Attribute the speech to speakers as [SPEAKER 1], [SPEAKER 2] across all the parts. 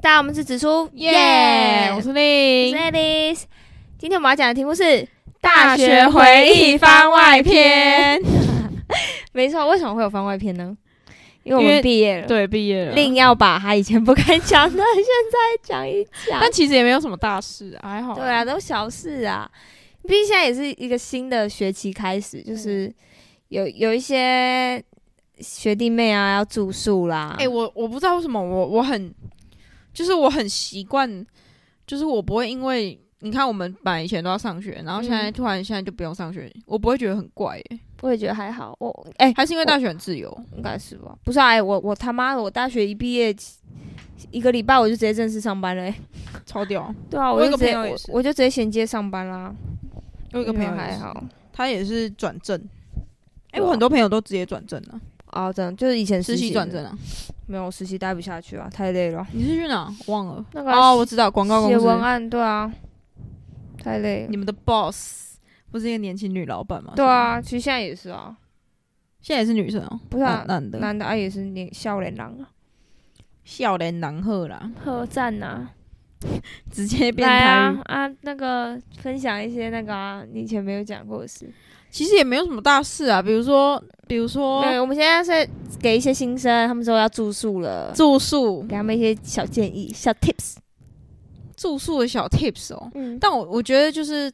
[SPEAKER 1] 大家好，我们是紫苏，
[SPEAKER 2] 耶、我是
[SPEAKER 1] 我是
[SPEAKER 2] 令。，
[SPEAKER 1] Alice。今天我们要讲的题目是《》。没错，为什么会有番外篇呢？因为我
[SPEAKER 2] 因
[SPEAKER 1] 们
[SPEAKER 2] 为
[SPEAKER 1] 毕业了，
[SPEAKER 2] 对，啊毕业了。
[SPEAKER 1] 令要把他以前不敢讲的现在讲一讲。
[SPEAKER 2] 但其实也没有什么大事，还好。
[SPEAKER 1] 对啊，，都小事啊。毕竟现在也是一个新的学期开
[SPEAKER 2] 嗯
[SPEAKER 1] 始，就是有有一些学弟妹啊要住宿啦。
[SPEAKER 2] 哎、我我不知道为什么我我很，就是我很习惯，就是我不会因为你看我们本来以前都要上学，然后现在
[SPEAKER 1] 嗯
[SPEAKER 2] 突然现在就不用上学，我不会觉得很怪、欸，
[SPEAKER 1] 我也觉得还好，我哎、
[SPEAKER 2] 还是因为大学很自由。
[SPEAKER 1] 应该是吧？不是啊哎、我我他妈的，我大学一毕业一个礼拜我就直接正式上班了、哎
[SPEAKER 2] 超屌！
[SPEAKER 1] 对啊，
[SPEAKER 2] 我有
[SPEAKER 1] 就
[SPEAKER 2] 个
[SPEAKER 1] 直接
[SPEAKER 2] 朋友也
[SPEAKER 1] 我
[SPEAKER 2] 是
[SPEAKER 1] 我就直接衔接上班啦。
[SPEAKER 2] 我有一个朋友
[SPEAKER 1] 也
[SPEAKER 2] 也
[SPEAKER 1] 还
[SPEAKER 2] 是，
[SPEAKER 1] 好
[SPEAKER 2] 他也是转正。哎、
[SPEAKER 1] 对啊
[SPEAKER 2] 我很多朋友都直接转正了、
[SPEAKER 1] 啊，真的就是以前
[SPEAKER 2] 实习
[SPEAKER 1] 的
[SPEAKER 2] 转正，啊。
[SPEAKER 1] 没有我实习待不下去啊，太累了。
[SPEAKER 2] 你是去哪？忘了。
[SPEAKER 1] 那个啊
[SPEAKER 2] 哦，我知道，广告公
[SPEAKER 1] 写
[SPEAKER 2] 司。
[SPEAKER 1] 文案对啊， 太累了
[SPEAKER 2] 你。们的 boss 不是一个年轻女老板吗？
[SPEAKER 1] 对，啊，其实现在也是啊，
[SPEAKER 2] 现在也是女生哦、
[SPEAKER 1] 不是啊
[SPEAKER 2] 男男的，
[SPEAKER 1] 男的啊也是年笑脸郎 啊，
[SPEAKER 2] 笑脸男鹤啦，
[SPEAKER 1] 喝赞呐，
[SPEAKER 2] 直接变
[SPEAKER 1] 来
[SPEAKER 2] 态、
[SPEAKER 1] 啊啊那个分享一些那个啊你以前没有讲过的事。
[SPEAKER 2] 其实也没有什么大事啊，比如说，比如说
[SPEAKER 1] 对，我们现在是给一些新生，他们说要住宿了，
[SPEAKER 2] 住宿，
[SPEAKER 1] 给他们一些小建议、小 tips。
[SPEAKER 2] 住宿的小 tips 哦、
[SPEAKER 1] 嗯，
[SPEAKER 2] 但我我觉得就是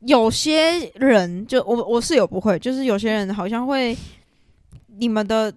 [SPEAKER 2] 有些人，就我我室友不会，就是有些人好像会你们的。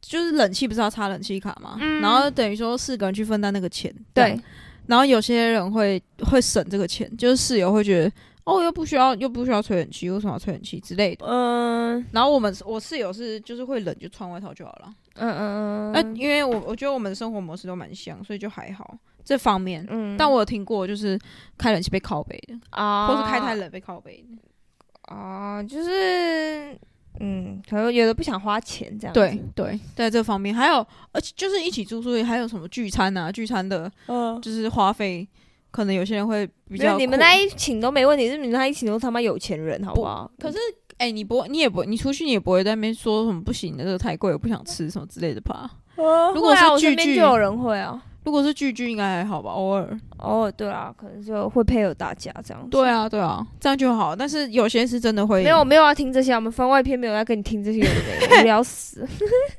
[SPEAKER 2] 就是冷气不是要插冷气卡嘛，
[SPEAKER 1] 嗯
[SPEAKER 2] 然后等于说四个人去分担那个钱，这样
[SPEAKER 1] 对，
[SPEAKER 2] 然后有些人会会省这个钱，就是室友会觉得哦，又不需要又不需要吹冷气，为什么要吹冷气之类的。
[SPEAKER 1] 嗯
[SPEAKER 2] 然后我们我室友是就是会冷就穿外套就好了，
[SPEAKER 1] 嗯嗯嗯，
[SPEAKER 2] 那、因为我我觉得我们的生活模式都蛮像，所以就还好这方面。
[SPEAKER 1] 嗯
[SPEAKER 2] 但我有听过就是开冷气被靠背的，
[SPEAKER 1] 啊，
[SPEAKER 2] 或是开太冷被靠背的。
[SPEAKER 1] 啊，就是嗯，可能有的不想花钱这样子。
[SPEAKER 2] 对对，在这方面还有，而且就是一起住宿，所以还有什么聚餐啊，聚餐的
[SPEAKER 1] 嗯，
[SPEAKER 2] 就是花费，可能有些人会比
[SPEAKER 1] 没有
[SPEAKER 2] 较。
[SPEAKER 1] 你们那一寝都没问题，是你们那一寝都他妈有钱人，好不
[SPEAKER 2] 不
[SPEAKER 1] 好？
[SPEAKER 2] 可是，哎、你不，你也不，你出去你也不会在那边说什么不行的，这个太贵，我不想吃什么之类的吧？
[SPEAKER 1] 呃
[SPEAKER 2] 如果
[SPEAKER 1] 会啊
[SPEAKER 2] 是
[SPEAKER 1] 我身
[SPEAKER 2] 聚
[SPEAKER 1] 边
[SPEAKER 2] 聚
[SPEAKER 1] 就有人会啊，
[SPEAKER 2] 如果是聚聚，应该还好吧，偶尔。
[SPEAKER 1] 偶尔对啊，可能就会配合大家这样子。
[SPEAKER 2] 对啊，对啊，这样就好。但是有些是真的会
[SPEAKER 1] 没有，我没有要听这些，我们番外篇没有要跟你听这些有的没的，无聊死。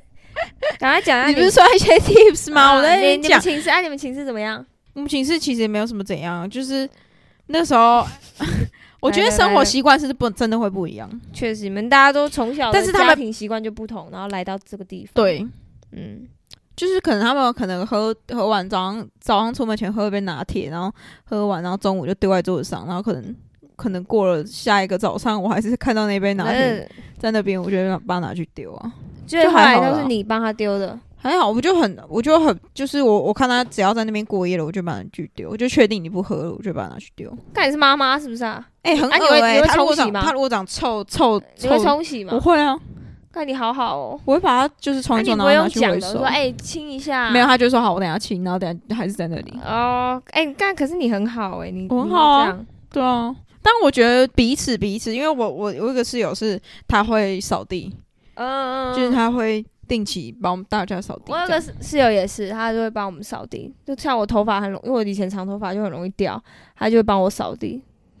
[SPEAKER 1] 赶快讲一下你，
[SPEAKER 2] 你不是说一些 tips 吗？我在那
[SPEAKER 1] 你
[SPEAKER 2] 边
[SPEAKER 1] 你们
[SPEAKER 2] 讲，
[SPEAKER 1] 寝室，啊，你们寝室怎么样？
[SPEAKER 2] 我们寝室其实也没有什么怎样，就是那时 候，我觉
[SPEAKER 1] 来来
[SPEAKER 2] 得生活
[SPEAKER 1] 来
[SPEAKER 2] 习惯是不真的会不一样。
[SPEAKER 1] 确实，你们大家都从小的
[SPEAKER 2] 但是他
[SPEAKER 1] 家
[SPEAKER 2] 们
[SPEAKER 1] 庭习惯就不同，然后来到这个地方。，
[SPEAKER 2] 对，
[SPEAKER 1] 嗯，
[SPEAKER 2] 就是可能他们可能喝喝完早上早上出门前喝一杯拿铁，然后喝完，然后中午就丢在桌子上，然后可能可能过了下一个早上，我还是看到那杯拿
[SPEAKER 1] 反
[SPEAKER 2] 铁
[SPEAKER 1] 正
[SPEAKER 2] 在那边，我觉得把它拿去丢啊，
[SPEAKER 1] 就是后
[SPEAKER 2] 还
[SPEAKER 1] 来
[SPEAKER 2] 好
[SPEAKER 1] 都
[SPEAKER 2] 啦
[SPEAKER 1] 是你帮他丢的，
[SPEAKER 2] 还好，我就很我就很就是我我看他只要在那边过夜了，我就把它拿去丢，我就确定你不喝了，我就把它拿去丢。
[SPEAKER 1] 看你是妈妈是不是啊？
[SPEAKER 2] 哎、很
[SPEAKER 1] 啊你
[SPEAKER 2] 恶
[SPEAKER 1] 会
[SPEAKER 2] 哎、
[SPEAKER 1] 你会
[SPEAKER 2] 他如果
[SPEAKER 1] 冲洗
[SPEAKER 2] 长
[SPEAKER 1] 吗
[SPEAKER 2] 他如果长臭臭
[SPEAKER 1] 你会
[SPEAKER 2] 臭，
[SPEAKER 1] 冲洗吗
[SPEAKER 2] 我？会啊，
[SPEAKER 1] 看你好好哦，
[SPEAKER 2] 我会把它就是
[SPEAKER 1] 那
[SPEAKER 2] 冲一
[SPEAKER 1] 你
[SPEAKER 2] 冲，
[SPEAKER 1] 不
[SPEAKER 2] 然后
[SPEAKER 1] 用
[SPEAKER 2] 拿去
[SPEAKER 1] 讲
[SPEAKER 2] 回
[SPEAKER 1] 的，我
[SPEAKER 2] 收。
[SPEAKER 1] 说哎亲一下，
[SPEAKER 2] 没有，他就说好，我等一下清，然后等一下还是在那里。
[SPEAKER 1] 哦，哎，但可是你很好哎，你
[SPEAKER 2] 我很
[SPEAKER 1] 你
[SPEAKER 2] 好啊
[SPEAKER 1] 这样
[SPEAKER 2] 对啊，但我觉得彼此彼此，因为我我我有一个室友是他会扫地，
[SPEAKER 1] 嗯，嗯嗯
[SPEAKER 2] 就是他会定期帮大家扫地这
[SPEAKER 1] 我
[SPEAKER 2] 样。
[SPEAKER 1] 有个室室友也是，他就会帮我们扫地。就像我头发很容，因为我以前长头发就很容易掉，他就会帮我扫地。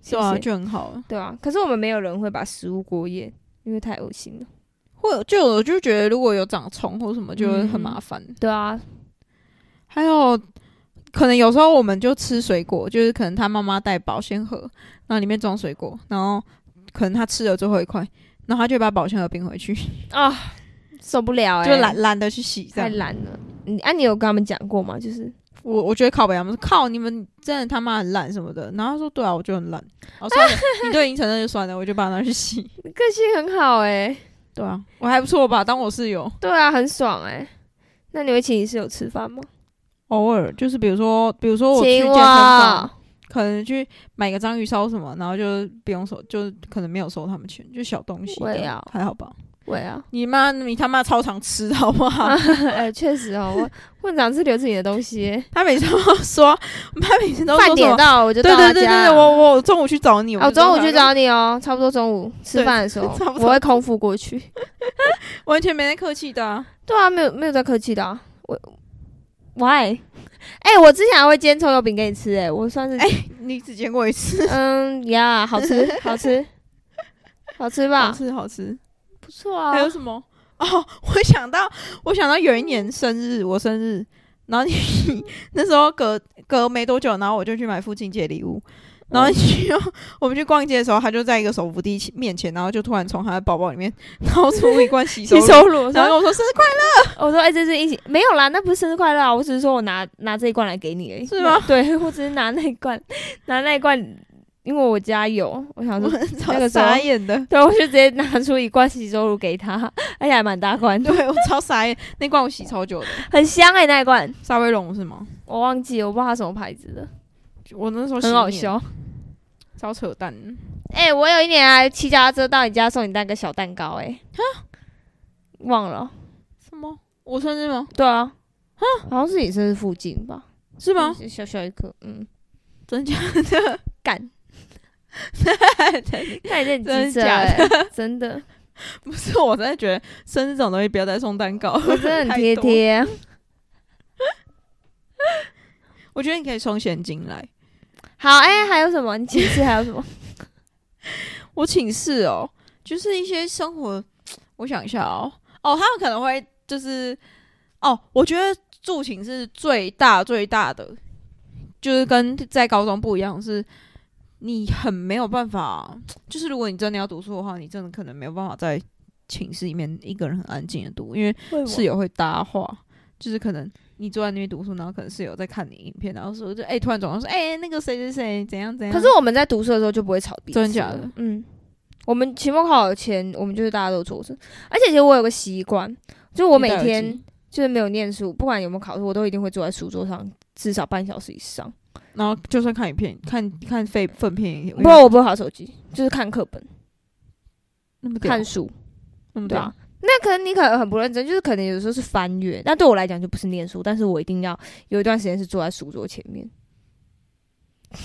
[SPEAKER 1] 谢
[SPEAKER 2] 对啊，
[SPEAKER 1] 谢
[SPEAKER 2] 就很好。
[SPEAKER 1] 对啊，可是我们没有人会把食物过夜，因为太恶心了。
[SPEAKER 2] 或就我就觉得如果有长虫或什么，就会很
[SPEAKER 1] 嗯
[SPEAKER 2] 麻烦。
[SPEAKER 1] 对啊，
[SPEAKER 2] 还有可能有时候我们就吃水果，就是可能他妈妈带保鲜盒，然后里面装水果，然后可能他吃了最后一块，然后他就把保鲜盒冰回去，
[SPEAKER 1] 啊，受不了哎、
[SPEAKER 2] 就懒懒得去洗这
[SPEAKER 1] 太
[SPEAKER 2] 样。
[SPEAKER 1] 懒了。你啊，你有跟他们讲过吗？就是
[SPEAKER 2] 我我觉得靠北他们说靠你们真的他妈很懒什么的，然后他说对啊，我就很懒。我算了，你都已经承认就算了，我就把它拿去洗。
[SPEAKER 1] 个性很好哎、
[SPEAKER 2] 对啊，我还不错吧，当我室友。
[SPEAKER 1] 对啊，很爽哎、那你会请你室友吃饭吗？
[SPEAKER 2] 偶尔就是比如说，比如说哦我去
[SPEAKER 1] 请
[SPEAKER 2] 健身房，可能去买个章鱼烧什么，然后就不用收，就可能没有收他们钱，就小东西这样。
[SPEAKER 1] 我也要
[SPEAKER 2] 还好吧？
[SPEAKER 1] 我也要。
[SPEAKER 2] 你妈，你他妈超常吃的好不好？
[SPEAKER 1] 啊 哎、确实哦，我我很常吃刘志颖的东西 欸、
[SPEAKER 2] 他每次都说，他每次都
[SPEAKER 1] 饭
[SPEAKER 2] 说什
[SPEAKER 1] 点
[SPEAKER 2] 么？
[SPEAKER 1] 到了我就
[SPEAKER 2] 对
[SPEAKER 1] 到
[SPEAKER 2] 对
[SPEAKER 1] 他
[SPEAKER 2] 对对
[SPEAKER 1] 家
[SPEAKER 2] 对，
[SPEAKER 1] 了。
[SPEAKER 2] 我我中午去找你，
[SPEAKER 1] 哦，
[SPEAKER 2] 就说
[SPEAKER 1] 中午去，找你哦，差不多中午吃
[SPEAKER 2] 对
[SPEAKER 1] 饭的时候
[SPEAKER 2] 差不，多
[SPEAKER 1] 我会空腹过去。
[SPEAKER 2] 完全没在客气的啊、
[SPEAKER 1] 对啊，没有没有在客气的、啊，我 why？哎、我之前还会煎葱油饼给你吃、哎，我算是，
[SPEAKER 2] 你只见过一次，
[SPEAKER 1] 嗯呀，好 吃，好吃，好吃
[SPEAKER 2] 好
[SPEAKER 1] 吧？
[SPEAKER 2] 吃好吃。
[SPEAKER 1] 不错啊
[SPEAKER 2] 还有什么？哦，我想到，我想到有一年生日，我生日，然后你 那时候隔隔没多久，然后我就去买父亲节礼物，然后
[SPEAKER 1] 嗯
[SPEAKER 2] 你就、我们去逛街的时候，他就在一个手扶梯前面前，然后就突然从他的包包里面掏出一罐洗手
[SPEAKER 1] 吸
[SPEAKER 2] 乳，
[SPEAKER 1] 收乳，
[SPEAKER 2] 然
[SPEAKER 1] 然
[SPEAKER 2] 后跟
[SPEAKER 1] 后
[SPEAKER 2] 我说生日快
[SPEAKER 1] 我说，哎、这是一起没有啦，那不是生日快乐啊，我只是说我拿拿这一罐来给你而已，
[SPEAKER 2] 是吗？
[SPEAKER 1] 对，我只是拿那一罐， 拿那一罐，因为我家有，我想
[SPEAKER 2] 乐，
[SPEAKER 1] 说 哦那
[SPEAKER 2] 我，很超
[SPEAKER 1] 个时候
[SPEAKER 2] 傻眼的。
[SPEAKER 1] 对，我就直接拿出一罐洗手乳给他， 而且还蛮大罐的，
[SPEAKER 2] 对我超傻眼，那罐我洗超久的，
[SPEAKER 1] 很香哎、那一罐
[SPEAKER 2] 沙威龙是吗？
[SPEAKER 1] 我忘记了，我不知道它什么牌子的，
[SPEAKER 2] 我那时候洗
[SPEAKER 1] 很好
[SPEAKER 2] 脸，
[SPEAKER 1] 笑。
[SPEAKER 2] 超扯淡。
[SPEAKER 1] 哎、我有一年还骑脚踏车到你家送你那个小蛋糕、哎，忘了，
[SPEAKER 2] 什么？我生日吗？
[SPEAKER 1] 对啊，好像是你生日附近吧？
[SPEAKER 2] 是吗？
[SPEAKER 1] 嗯小小一颗，嗯，
[SPEAKER 2] 真假？
[SPEAKER 1] 干，那也是你
[SPEAKER 2] 真
[SPEAKER 1] 机车、
[SPEAKER 2] 的假
[SPEAKER 1] 哎，真的，
[SPEAKER 2] 不是，我真的觉得生日这种东西不要再送蛋糕，
[SPEAKER 1] 我真的很
[SPEAKER 2] 太
[SPEAKER 1] 贴
[SPEAKER 2] 多。
[SPEAKER 1] 贴。
[SPEAKER 2] 我觉得你可以送现金来。
[SPEAKER 1] 好，哎、还有什么？你寝室还有什么？
[SPEAKER 2] 我寝室哦，就是一些生活，我想一下哦，哦，他们可能会就是，哦，我觉得住寝室最大最大的，就是跟在高中不一样，是你很没有办法，就是如果你真的要读书的话，你真的可能没有办法在寝室里面一个人很安静的读，因为室 友会搭话， 就是可能你坐在那边读书，然后可能室友在看你影片，然后说就哎、突然转头说哎、那个谁谁谁怎样怎样，
[SPEAKER 1] 可是我们在读书的时候就不会吵彼此，
[SPEAKER 2] 真的假的？
[SPEAKER 1] 嗯，我们期末考前，我们就是大家都坐着，而且其实我有个习惯，就是我每
[SPEAKER 2] 你戴耳
[SPEAKER 1] 天
[SPEAKER 2] 机
[SPEAKER 1] 就是没有念书，不管有没有考试，我都一定会坐在书桌上至少半小时以上，
[SPEAKER 2] 然后就算看影片，看看废粪片也
[SPEAKER 1] 不然我不会划手机，就是看课本、
[SPEAKER 2] 那么
[SPEAKER 1] 看
[SPEAKER 2] 看
[SPEAKER 1] 书，
[SPEAKER 2] 那么
[SPEAKER 1] 对
[SPEAKER 2] 屌
[SPEAKER 1] 啊。那可能你可能很不认真，就是可能有时候是翻阅，但对我来讲就不是念书，但是我一定要有一段时间是坐在书桌前面，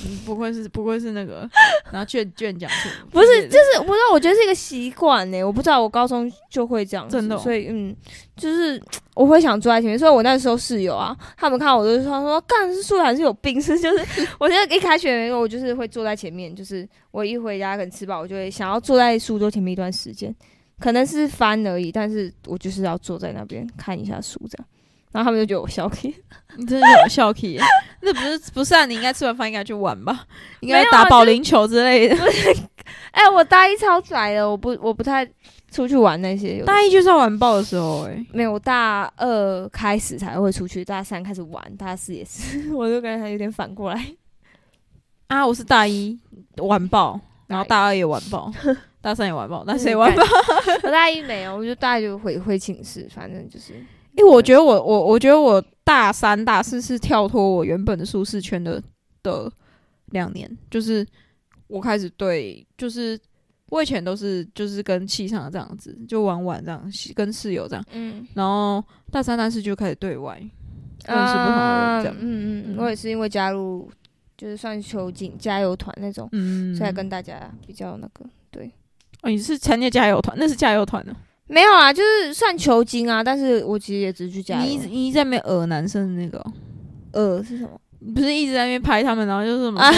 [SPEAKER 2] 嗯不愧是不愧是那 个拿卷卷奖处，
[SPEAKER 1] 不是
[SPEAKER 2] 就是
[SPEAKER 1] 我不知道，我觉得是一个习惯欸呢。我不知道，我高中就会这样子，
[SPEAKER 2] 真的哦
[SPEAKER 1] 所以嗯，就是我会想坐在前面。所以我那时候室友啊，他们看我都是说说，干是素还是有病， 是就是我现在一开学，我就是会坐在前面，就是我一回家可能吃饱，我就会想要坐在书桌前面一段时间，可能是翻而已，但是我就是要坐在那边看一下书这样。然后他们就觉得我消极，
[SPEAKER 2] 你真的有笑 屁耶。那不是不是啊？你应该吃完饭应该去玩吧，应该
[SPEAKER 1] 没有啊
[SPEAKER 2] 打保龄球之类的。
[SPEAKER 1] 哎、我大一超宅的，我不我不太出去玩那些，有的
[SPEAKER 2] 大一就是要玩爆的时候哎、
[SPEAKER 1] 没有，我大二开始才会出去，大三开始玩，大四也是， 我就感觉他有点反过来。
[SPEAKER 2] 啊，我是大一玩爆，然后大二也玩 爆，大三也玩爆， 大四也玩爆。
[SPEAKER 1] 我大一没有，我就大一就回回寝室，反正就是
[SPEAKER 2] 因为我觉得我我我觉得我大三大四是跳脱我原本的舒适圈的的两年，就是我开始对，就是我以前都是就是跟气上这样子，就玩玩这样，跟室友这样，
[SPEAKER 1] 嗯，
[SPEAKER 2] 然后大三大四就开始对外，
[SPEAKER 1] 认
[SPEAKER 2] 认识不同的人这样
[SPEAKER 1] 嗯嗯，
[SPEAKER 2] 嗯
[SPEAKER 1] 我也是因为加入就是算球警加油团那种，
[SPEAKER 2] 嗯，
[SPEAKER 1] 所以跟大家比较那个。
[SPEAKER 2] 哦你是参加加油团，那是加油团的，哦
[SPEAKER 1] 没有啊，就是算球精啊，但是我其实也只是去加
[SPEAKER 2] 你一直
[SPEAKER 1] 油。
[SPEAKER 2] 你一直在那边讹男生的那个哦、
[SPEAKER 1] 呃，是什么
[SPEAKER 2] 你不是一直在那边拍他们，然后就是什么、
[SPEAKER 1] 啊？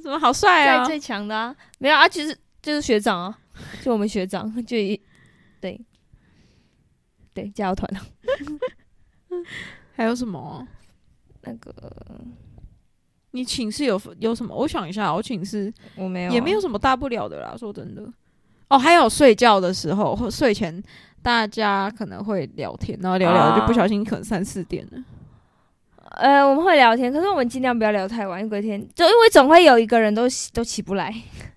[SPEAKER 2] 什么好帅
[SPEAKER 1] 在
[SPEAKER 2] 啊，
[SPEAKER 1] 最强的啊，没有啊，其实就是学长啊，就我们学长， 就一对对加油团啊，
[SPEAKER 2] 还有什么啊、
[SPEAKER 1] 那个
[SPEAKER 2] 你寝室有有什么？我想一下，哦我寝室
[SPEAKER 1] 我没有啊、
[SPEAKER 2] 也没有什么大不了的啦，说真的。哦，还有睡觉的时候或睡前，大家可能会聊天，然后聊聊
[SPEAKER 1] 啊
[SPEAKER 2] 就不小心可能三四点了。
[SPEAKER 1] 呃，我们会聊天，可是我们尽量不要聊太晚，因为隔天就因为总会有一个人都起都起不来。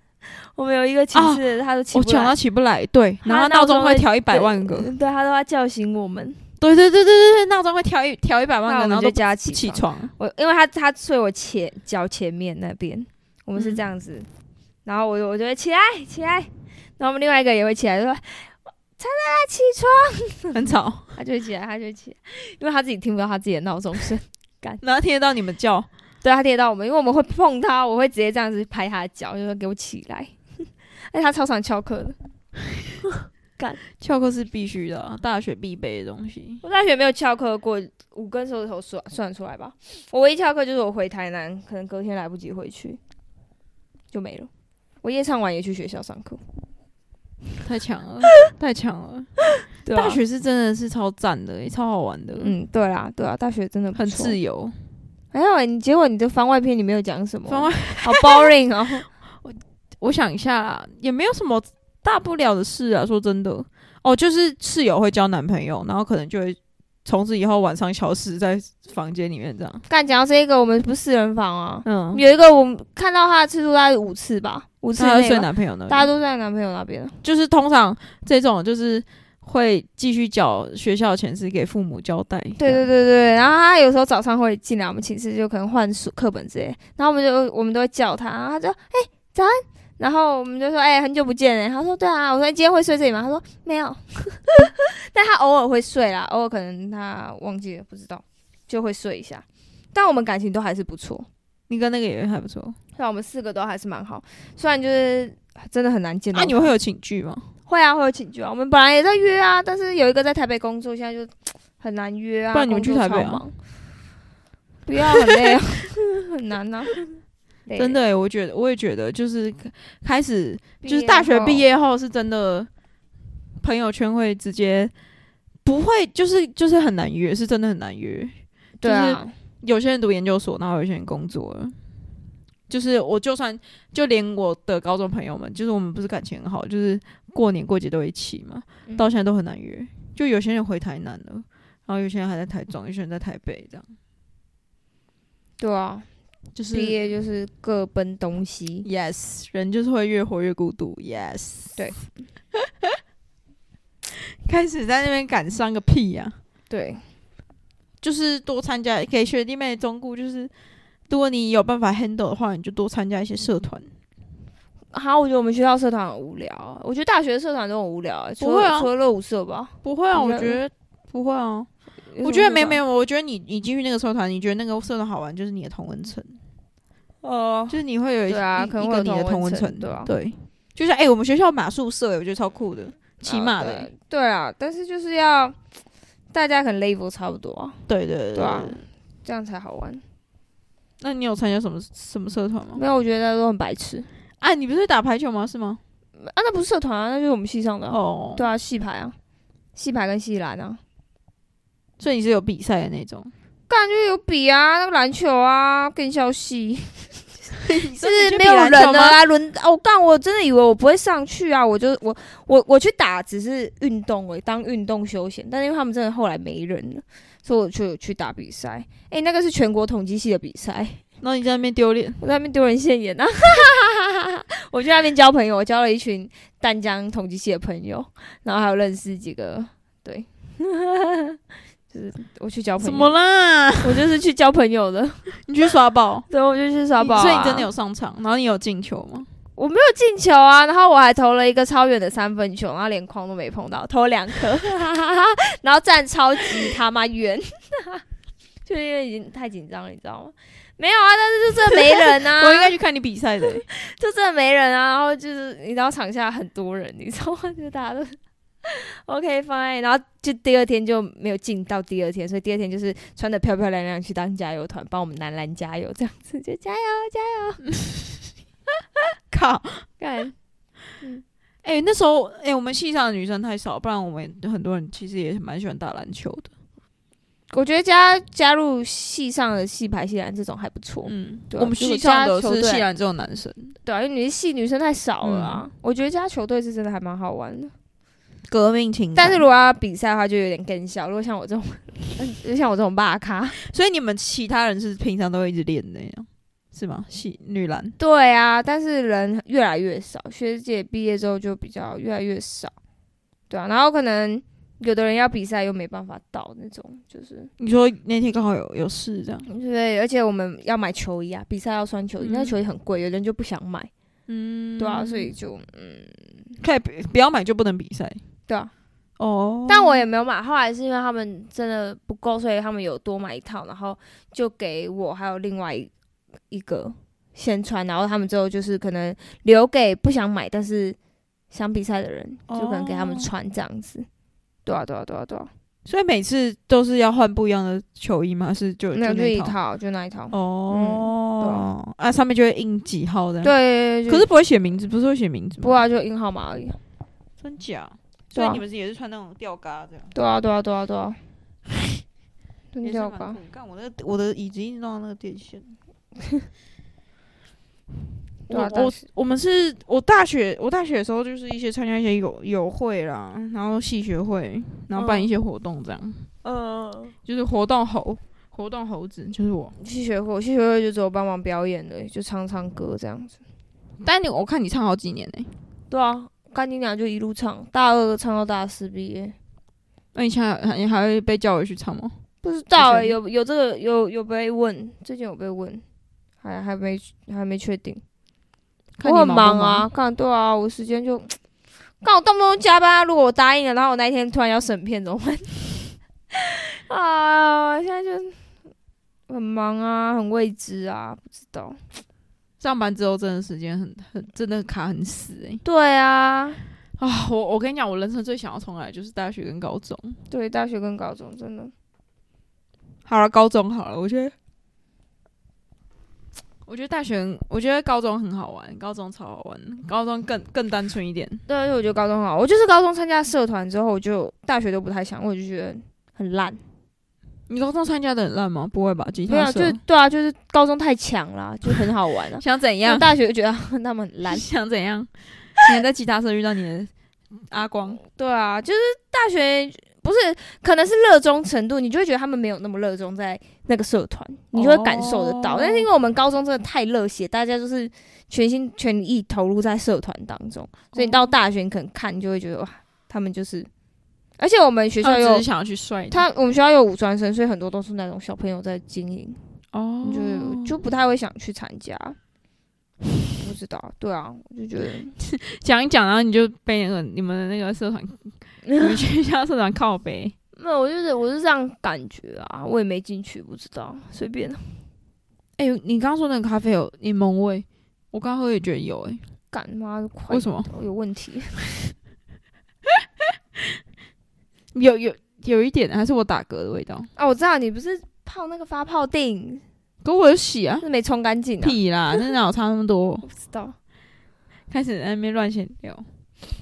[SPEAKER 1] 我们有一个寝室的，他都起
[SPEAKER 2] 我
[SPEAKER 1] 不
[SPEAKER 2] 啊哦讲
[SPEAKER 1] 来
[SPEAKER 2] 到，起不来，对，
[SPEAKER 1] 他
[SPEAKER 2] 然后
[SPEAKER 1] 闹
[SPEAKER 2] 闹
[SPEAKER 1] 钟
[SPEAKER 2] 钟会
[SPEAKER 1] 会
[SPEAKER 2] 调一百万个，
[SPEAKER 1] 对，对他都要叫醒我们，
[SPEAKER 2] 对对对对对对，闹钟会调一调一百万
[SPEAKER 1] 那
[SPEAKER 2] 个，
[SPEAKER 1] 我
[SPEAKER 2] 然
[SPEAKER 1] 们
[SPEAKER 2] 后
[SPEAKER 1] 就
[SPEAKER 2] 都不
[SPEAKER 1] 加
[SPEAKER 2] 不
[SPEAKER 1] 起
[SPEAKER 2] 起
[SPEAKER 1] 床。
[SPEAKER 2] 床。
[SPEAKER 1] 我因为他他睡我前脚前面那边，我们是
[SPEAKER 2] 嗯
[SPEAKER 1] 这样子，然后我就我就会起来起来，然后我们另外一个也会起来，就说
[SPEAKER 2] 很吵，
[SPEAKER 1] 他就会起来，他就会起来，因为他自己听不到他自己的闹钟声，
[SPEAKER 2] 然后听得到你们叫，
[SPEAKER 1] 对他听得到我们，因为我们会碰他，我会直接这 哎样子拍他的脚，就说给我起来，而且他超常翘课的，干，
[SPEAKER 2] 翘课是必须的啊、大学必备的东西。
[SPEAKER 1] 我大学没有翘课过，五根手指头算算出来吧。我唯一翘课就是我回台南，可能隔天来不及回去，就没了。我夜唱完也去学校上课，
[SPEAKER 2] 太强 了，太强了！
[SPEAKER 1] 对啊
[SPEAKER 2] 大学是真的是超赞的、欸超好玩的，
[SPEAKER 1] 嗯，对啦，对啊，大学真的
[SPEAKER 2] 很
[SPEAKER 1] 自
[SPEAKER 2] 自由。
[SPEAKER 1] 还好欸你结果你的番外篇你没有讲什么，
[SPEAKER 2] 番外
[SPEAKER 1] 好 boring 哦。
[SPEAKER 2] 我想一下啦，也没有什么大不了的事啊。说真的，哦，就是室友会交男朋友，然后可能就会从此以后晚上消失在房间里面这样。
[SPEAKER 1] 干讲到这个，我们不是四人房啊，
[SPEAKER 2] 嗯，
[SPEAKER 1] 有一个我看到他的次数大概五次吧，五次
[SPEAKER 2] 她
[SPEAKER 1] 内
[SPEAKER 2] 睡
[SPEAKER 1] 吧
[SPEAKER 2] 男朋友呢？
[SPEAKER 1] 大家都在男朋友那边。
[SPEAKER 2] 就是通常这种就是会继续缴学校的钱，是给父母交代。
[SPEAKER 1] 对对对对，然后他有时候早上会进来我们寝室，就可能换书课本之类，然后我们就我们都会叫他，然后他就哎、早安，然后我们就说哎、很久不见哎、他说对啊，我说你今天会睡这里吗？他说没有， 但他偶尔会睡啦，偶尔可能他忘记了不知道就会睡一下，但我们感情都还是不错，
[SPEAKER 2] 你跟那个也还不错。
[SPEAKER 1] 对啊，我们四个都还是蛮好，虽然就是真的很难见到
[SPEAKER 2] 那、
[SPEAKER 1] 他。
[SPEAKER 2] 啊你们会有请剧吗？
[SPEAKER 1] 会啊，会有请剧啊。我们本来也在约啊，但是有一个在台北工作，现在就很难约啊。
[SPEAKER 2] 不然你们去
[SPEAKER 1] 工作
[SPEAKER 2] 台北啊
[SPEAKER 1] 超忙？不要，很累啊， 很难呐、累
[SPEAKER 2] 真，的、欸，我觉得我也觉得，就是开始
[SPEAKER 1] 毕
[SPEAKER 2] 就是大学
[SPEAKER 1] 后
[SPEAKER 2] 毕，业后是真的，朋友圈会直接不会，就是就是很难约，是真的很难约。
[SPEAKER 1] 对啊，
[SPEAKER 2] 有些人读研究所，然后有些人工作了。就是我就算就连我的高中朋友们，就是我们不是感情很好，就是过年过节都一起嘛，
[SPEAKER 1] 嗯
[SPEAKER 2] 到现在都很难约。就有些人回台南了，然后有些人还在台中，有些人在台北，这样
[SPEAKER 1] 对啊，
[SPEAKER 2] 就是
[SPEAKER 1] 毕业就是各奔东西。
[SPEAKER 2] Yes，人就是会越活越孤独。Yes，
[SPEAKER 1] 对，
[SPEAKER 2] 开始在那边赶上个屁呀、
[SPEAKER 1] 对，
[SPEAKER 2] 就是多参加给学弟妹忠告，就是如果你有办法 handle 的话，你就多参加一些社团。
[SPEAKER 1] 好，我觉得我们学校社团很无聊啊、我觉得大学社团都很无聊、欸，除
[SPEAKER 2] 不会
[SPEAKER 1] 了、
[SPEAKER 2] 啊
[SPEAKER 1] 除了热舞社吧。
[SPEAKER 2] 不会啊，
[SPEAKER 1] 你
[SPEAKER 2] 我
[SPEAKER 1] 觉得
[SPEAKER 2] 觉得不会啊，
[SPEAKER 1] 有什
[SPEAKER 2] 我觉
[SPEAKER 1] 么
[SPEAKER 2] 得
[SPEAKER 1] 社
[SPEAKER 2] 没
[SPEAKER 1] 团
[SPEAKER 2] 没有，我觉得你你进去那个社团，你觉得那个社团好玩，就是你的同温层，
[SPEAKER 1] 哦、
[SPEAKER 2] 就是你会有一
[SPEAKER 1] 对啊
[SPEAKER 2] 一
[SPEAKER 1] 可能
[SPEAKER 2] 一
[SPEAKER 1] 会
[SPEAKER 2] 个
[SPEAKER 1] 有
[SPEAKER 2] 你的
[SPEAKER 1] 同
[SPEAKER 2] 同
[SPEAKER 1] 温
[SPEAKER 2] 温
[SPEAKER 1] 层
[SPEAKER 2] 层，
[SPEAKER 1] 对啊
[SPEAKER 2] 对，就像哎、我们学校有马术社，我觉得超酷的，骑马的、
[SPEAKER 1] 啊对。对啊，但是就是要大家可能 level 差不多啊，
[SPEAKER 2] 对对对
[SPEAKER 1] 对啊这样才好玩。
[SPEAKER 2] 那你有参加什么什么社团吗？
[SPEAKER 1] 没有，我觉得都很白痴。
[SPEAKER 2] 啊，你不是打排球吗？是吗？
[SPEAKER 1] 啊，那不是社团啊，那就是我们系上的、啊。
[SPEAKER 2] 哦，
[SPEAKER 1] 对啊，系排啊，系排跟系篮啊，
[SPEAKER 2] 所以你是有比赛的那种，
[SPEAKER 1] 感觉有比啊，那个篮球啊，更校系
[SPEAKER 2] 真的去
[SPEAKER 1] 是
[SPEAKER 2] 比
[SPEAKER 1] 没有
[SPEAKER 2] 篮
[SPEAKER 1] 人
[SPEAKER 2] 球
[SPEAKER 1] 的
[SPEAKER 2] 吗
[SPEAKER 1] 啦。轮哦，干，我真的以为我不会上去啊，我就我我我去打只是运动而已，当运动休闲。但因为他们真的后来没人了，所以我就有去打比赛。诶、那个是全国统计系的比赛，
[SPEAKER 2] 然后你在那边丢脸，
[SPEAKER 1] 我在那边丢人现眼啊！ 我去那边交朋友，我交了一群淡江统计系的朋友，然后还有认识几个，对， 就是我去交朋
[SPEAKER 2] 怎么
[SPEAKER 1] 友，
[SPEAKER 2] 啦？
[SPEAKER 1] 我就是去交朋友的，
[SPEAKER 2] 你去耍 宝，
[SPEAKER 1] 对，我就去耍宝、
[SPEAKER 2] 所以你真的，有上场，然后你有进球吗？
[SPEAKER 1] 我没有进球啊，然后我还投了一个超远的三分球，然后连框都没碰到，投两颗， 然后站超级他妈远， 就是因为已经太紧张了，你知道吗？没有啊，但是就真的没人啊，
[SPEAKER 2] 我应该去看你比赛的 欸、
[SPEAKER 1] 就真的没人啊，然后就是你知道场下很多人，你知道吗？就大家都 OK fine，然后就第二天就没有进到第二天，所以第二天就是穿的漂漂亮亮去当加油团，帮我们男篮加油，这样子就加油
[SPEAKER 2] 靠，
[SPEAKER 1] 干。
[SPEAKER 2] 哎、那时候哎、我们系上的女生太少，不然我们很多人其实也蛮喜欢打篮球的。
[SPEAKER 1] 我觉得加加入系上的系排系篮这种还不错，
[SPEAKER 2] 嗯，
[SPEAKER 1] 对啊
[SPEAKER 2] 我们系上的
[SPEAKER 1] 如果
[SPEAKER 2] 是
[SPEAKER 1] 加球队
[SPEAKER 2] 系篮这种男生，
[SPEAKER 1] 对啊，因为你是系女生太少了啊。嗯我觉得加球队是真的还蛮好玩的，
[SPEAKER 2] 革命情感。
[SPEAKER 1] 但是如果要比赛的话就有点更小。如果像我这种， 就像我这种霸咖，
[SPEAKER 2] 所以你们其他人是平常都会一直练的那样，是吗？系女篮
[SPEAKER 1] 对啊，但是人越来越少，学姐毕业之后就比较越来越少，对啊，然后可能有的人要比赛又没办法到那种，就是
[SPEAKER 2] 你说那天刚好有有事这样，
[SPEAKER 1] 对，而且我们要买球衣啊，比赛要穿球衣，那
[SPEAKER 2] 嗯
[SPEAKER 1] 球衣很贵，有的人就不想买，
[SPEAKER 2] 嗯
[SPEAKER 1] 对啊，所以就嗯，
[SPEAKER 2] 可以不不要买就不能比赛
[SPEAKER 1] 对啊，
[SPEAKER 2] 哦。
[SPEAKER 1] 但我也没有买，后来是因为他们真的不够，所以他们有多买一套，然后就给我还有另外一一个先穿，然后他们之后就是可能留给不想买但是想比赛的人，就可能给他们
[SPEAKER 2] 哦
[SPEAKER 1] 穿这样子。对啊，对啊，对啊，对啊，
[SPEAKER 2] 所以每次都是要换不一样的球衣吗？是就
[SPEAKER 1] 没有就
[SPEAKER 2] 那
[SPEAKER 1] 一
[SPEAKER 2] 一套
[SPEAKER 1] 套，就那一套。嗯
[SPEAKER 2] 哦、啊，上面就会印几号的。，
[SPEAKER 1] 对，啊
[SPEAKER 2] 可
[SPEAKER 1] 就是
[SPEAKER 2] 不会写名字，不是会写名字吗？
[SPEAKER 1] 不啊，就印号码而已。
[SPEAKER 2] 真假？
[SPEAKER 1] 对
[SPEAKER 2] 所
[SPEAKER 1] 啊
[SPEAKER 2] 以你们也是穿那种吊嘎这样，
[SPEAKER 1] 对啊，对啊，对啊，对啊。真
[SPEAKER 2] 也是
[SPEAKER 1] 吊
[SPEAKER 2] 蛮
[SPEAKER 1] 吧
[SPEAKER 2] 酷。。干我那个我的椅子一直弄到那个电线。
[SPEAKER 1] 对啊
[SPEAKER 2] 我
[SPEAKER 1] 但
[SPEAKER 2] 我
[SPEAKER 1] 是
[SPEAKER 2] 我们是我大学我大学的时候就是一些参加一些友友会啦，然后戏学会，然后办
[SPEAKER 1] 嗯
[SPEAKER 2] 一些活动这样，
[SPEAKER 1] 嗯，
[SPEAKER 2] 就是活动猴活动猴子就是我。
[SPEAKER 1] 戏学会，戏学会就只有帮忙表演的，就唱唱歌这样子。
[SPEAKER 2] 但你我看你唱好几年呢、
[SPEAKER 1] 对啊，干你俩就一路唱，大二唱到大四毕业。
[SPEAKER 2] 那你现在还你还会被叫回去唱吗？
[SPEAKER 1] 不知道哎、
[SPEAKER 2] 确定
[SPEAKER 1] 有有这个有有被问，最近有被问，还还没还没确定。
[SPEAKER 2] 看
[SPEAKER 1] 我
[SPEAKER 2] 你
[SPEAKER 1] 很
[SPEAKER 2] 不
[SPEAKER 1] 忙啊，，干对啊，我时间就干我动不动加班啊、如果我答应了，然后我那一天突然要审片怎么办？ 啊，现在就很忙啊，很未知啊，不知道。
[SPEAKER 2] 上班之后真的时间很很真的卡很死哎、
[SPEAKER 1] 对啊，
[SPEAKER 2] 啊！我我跟你讲，我人生最想要重来就是大学跟高中。
[SPEAKER 1] 对，大学跟高中真的
[SPEAKER 2] 好了，高中好了，我觉得，我觉得大学，我觉得高中很好玩，高中超好玩，高中更更单纯一点。
[SPEAKER 1] 对啊，因为我觉得高中很好，我就是高中参加社团之后，我就大学都不太想，我就觉得很烂。
[SPEAKER 2] 你高中参加的很烂吗？不会吧，吉
[SPEAKER 1] 没有，
[SPEAKER 2] 他社。
[SPEAKER 1] 就对啊，就是高中太强了，就很好玩啊
[SPEAKER 2] 想怎
[SPEAKER 1] 因为
[SPEAKER 2] 样？
[SPEAKER 1] 大学就觉得 他们很烂，
[SPEAKER 2] 想怎样？你还在吉他社遇到你的阿光，
[SPEAKER 1] 对啊，就是大学不是可能是热衷程度，你就会觉得他们没有那么热衷在那个社团，你就会感受得到。
[SPEAKER 2] 哦
[SPEAKER 1] 但是因为我们高中真的太热血，大家就是全心全意投入在社团当中，所以
[SPEAKER 2] 哦
[SPEAKER 1] 你到大学你可能看你就会觉得哇，他们就是，而且我们学
[SPEAKER 2] 他
[SPEAKER 1] 校
[SPEAKER 2] 们只
[SPEAKER 1] 有
[SPEAKER 2] 是想要去帅你。
[SPEAKER 1] 他我们学校有五专生，所以很多都是那种小朋友在经营。
[SPEAKER 2] 哦，
[SPEAKER 1] 就就不太会想去参加。不知道，对啊，我就觉得
[SPEAKER 2] 讲一讲，然后你就被那个你们的那个 社团，你们学校社团靠背。
[SPEAKER 1] 没有，我就是我是这样感觉啊，我也没进去，不知道，随便
[SPEAKER 2] 哎、你刚刚说那个咖啡有柠檬味，我刚喝也觉得有哎、
[SPEAKER 1] 干妈的快
[SPEAKER 2] 为什么？
[SPEAKER 1] 有问题？
[SPEAKER 2] 有有有一点，还是我打嗝的味道。
[SPEAKER 1] 啊，我知道你不是泡那个发泡定，
[SPEAKER 2] 可我有洗啊，
[SPEAKER 1] 是没冲干净啊？
[SPEAKER 2] 屁 啦，那哪有差那么多
[SPEAKER 1] 我？不知道
[SPEAKER 2] 开始在那边乱闲聊。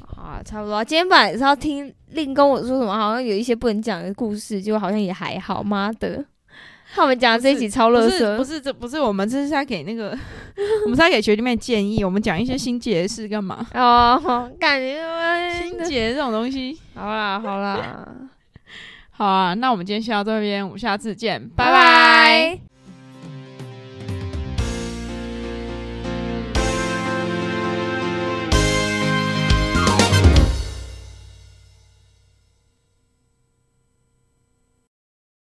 [SPEAKER 1] 啊，差不多啊。今天本来是要听令跟我说什么，好像有一些不能讲的故事，结果好像也还好。妈的， 看我们讲的这一集超
[SPEAKER 2] 不
[SPEAKER 1] 乐
[SPEAKER 2] 是不啊
[SPEAKER 1] 色，
[SPEAKER 2] 是这不是我们这是在给那个， 我们是在给学弟妹建议，我们讲一些心结的事干嘛？
[SPEAKER 1] 哦，感觉
[SPEAKER 2] 心结这种东西。
[SPEAKER 1] 好啦好啦，
[SPEAKER 2] 好啊，那我们今天先到这边，我们下次见，
[SPEAKER 1] 拜
[SPEAKER 2] 拜拜
[SPEAKER 1] 拜。